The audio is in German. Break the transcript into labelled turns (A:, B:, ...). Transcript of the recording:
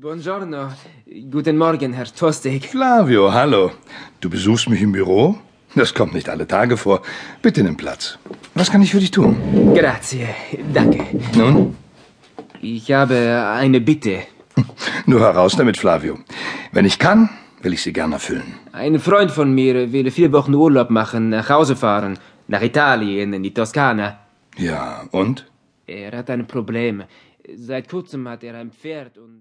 A: Buongiorno. Guten Morgen, Herr Tostig.
B: Flavio, hallo. Du besuchst mich im Büro? Das kommt nicht alle Tage vor. Bitte nimm Platz. Was kann ich für dich tun?
A: Grazie. Danke.
B: Nun,
A: Ich habe eine Bitte.
B: nur heraus damit, Flavio. Wenn ich kann, will ich sie gern erfüllen.
A: Ein Freund von mir will vier Wochen Urlaub machen, nach Hause fahren, nach Italien, in die Toskana.
B: Ja, und?
A: Er hat ein Problem. Seit kurzem hat er ein Pferd und...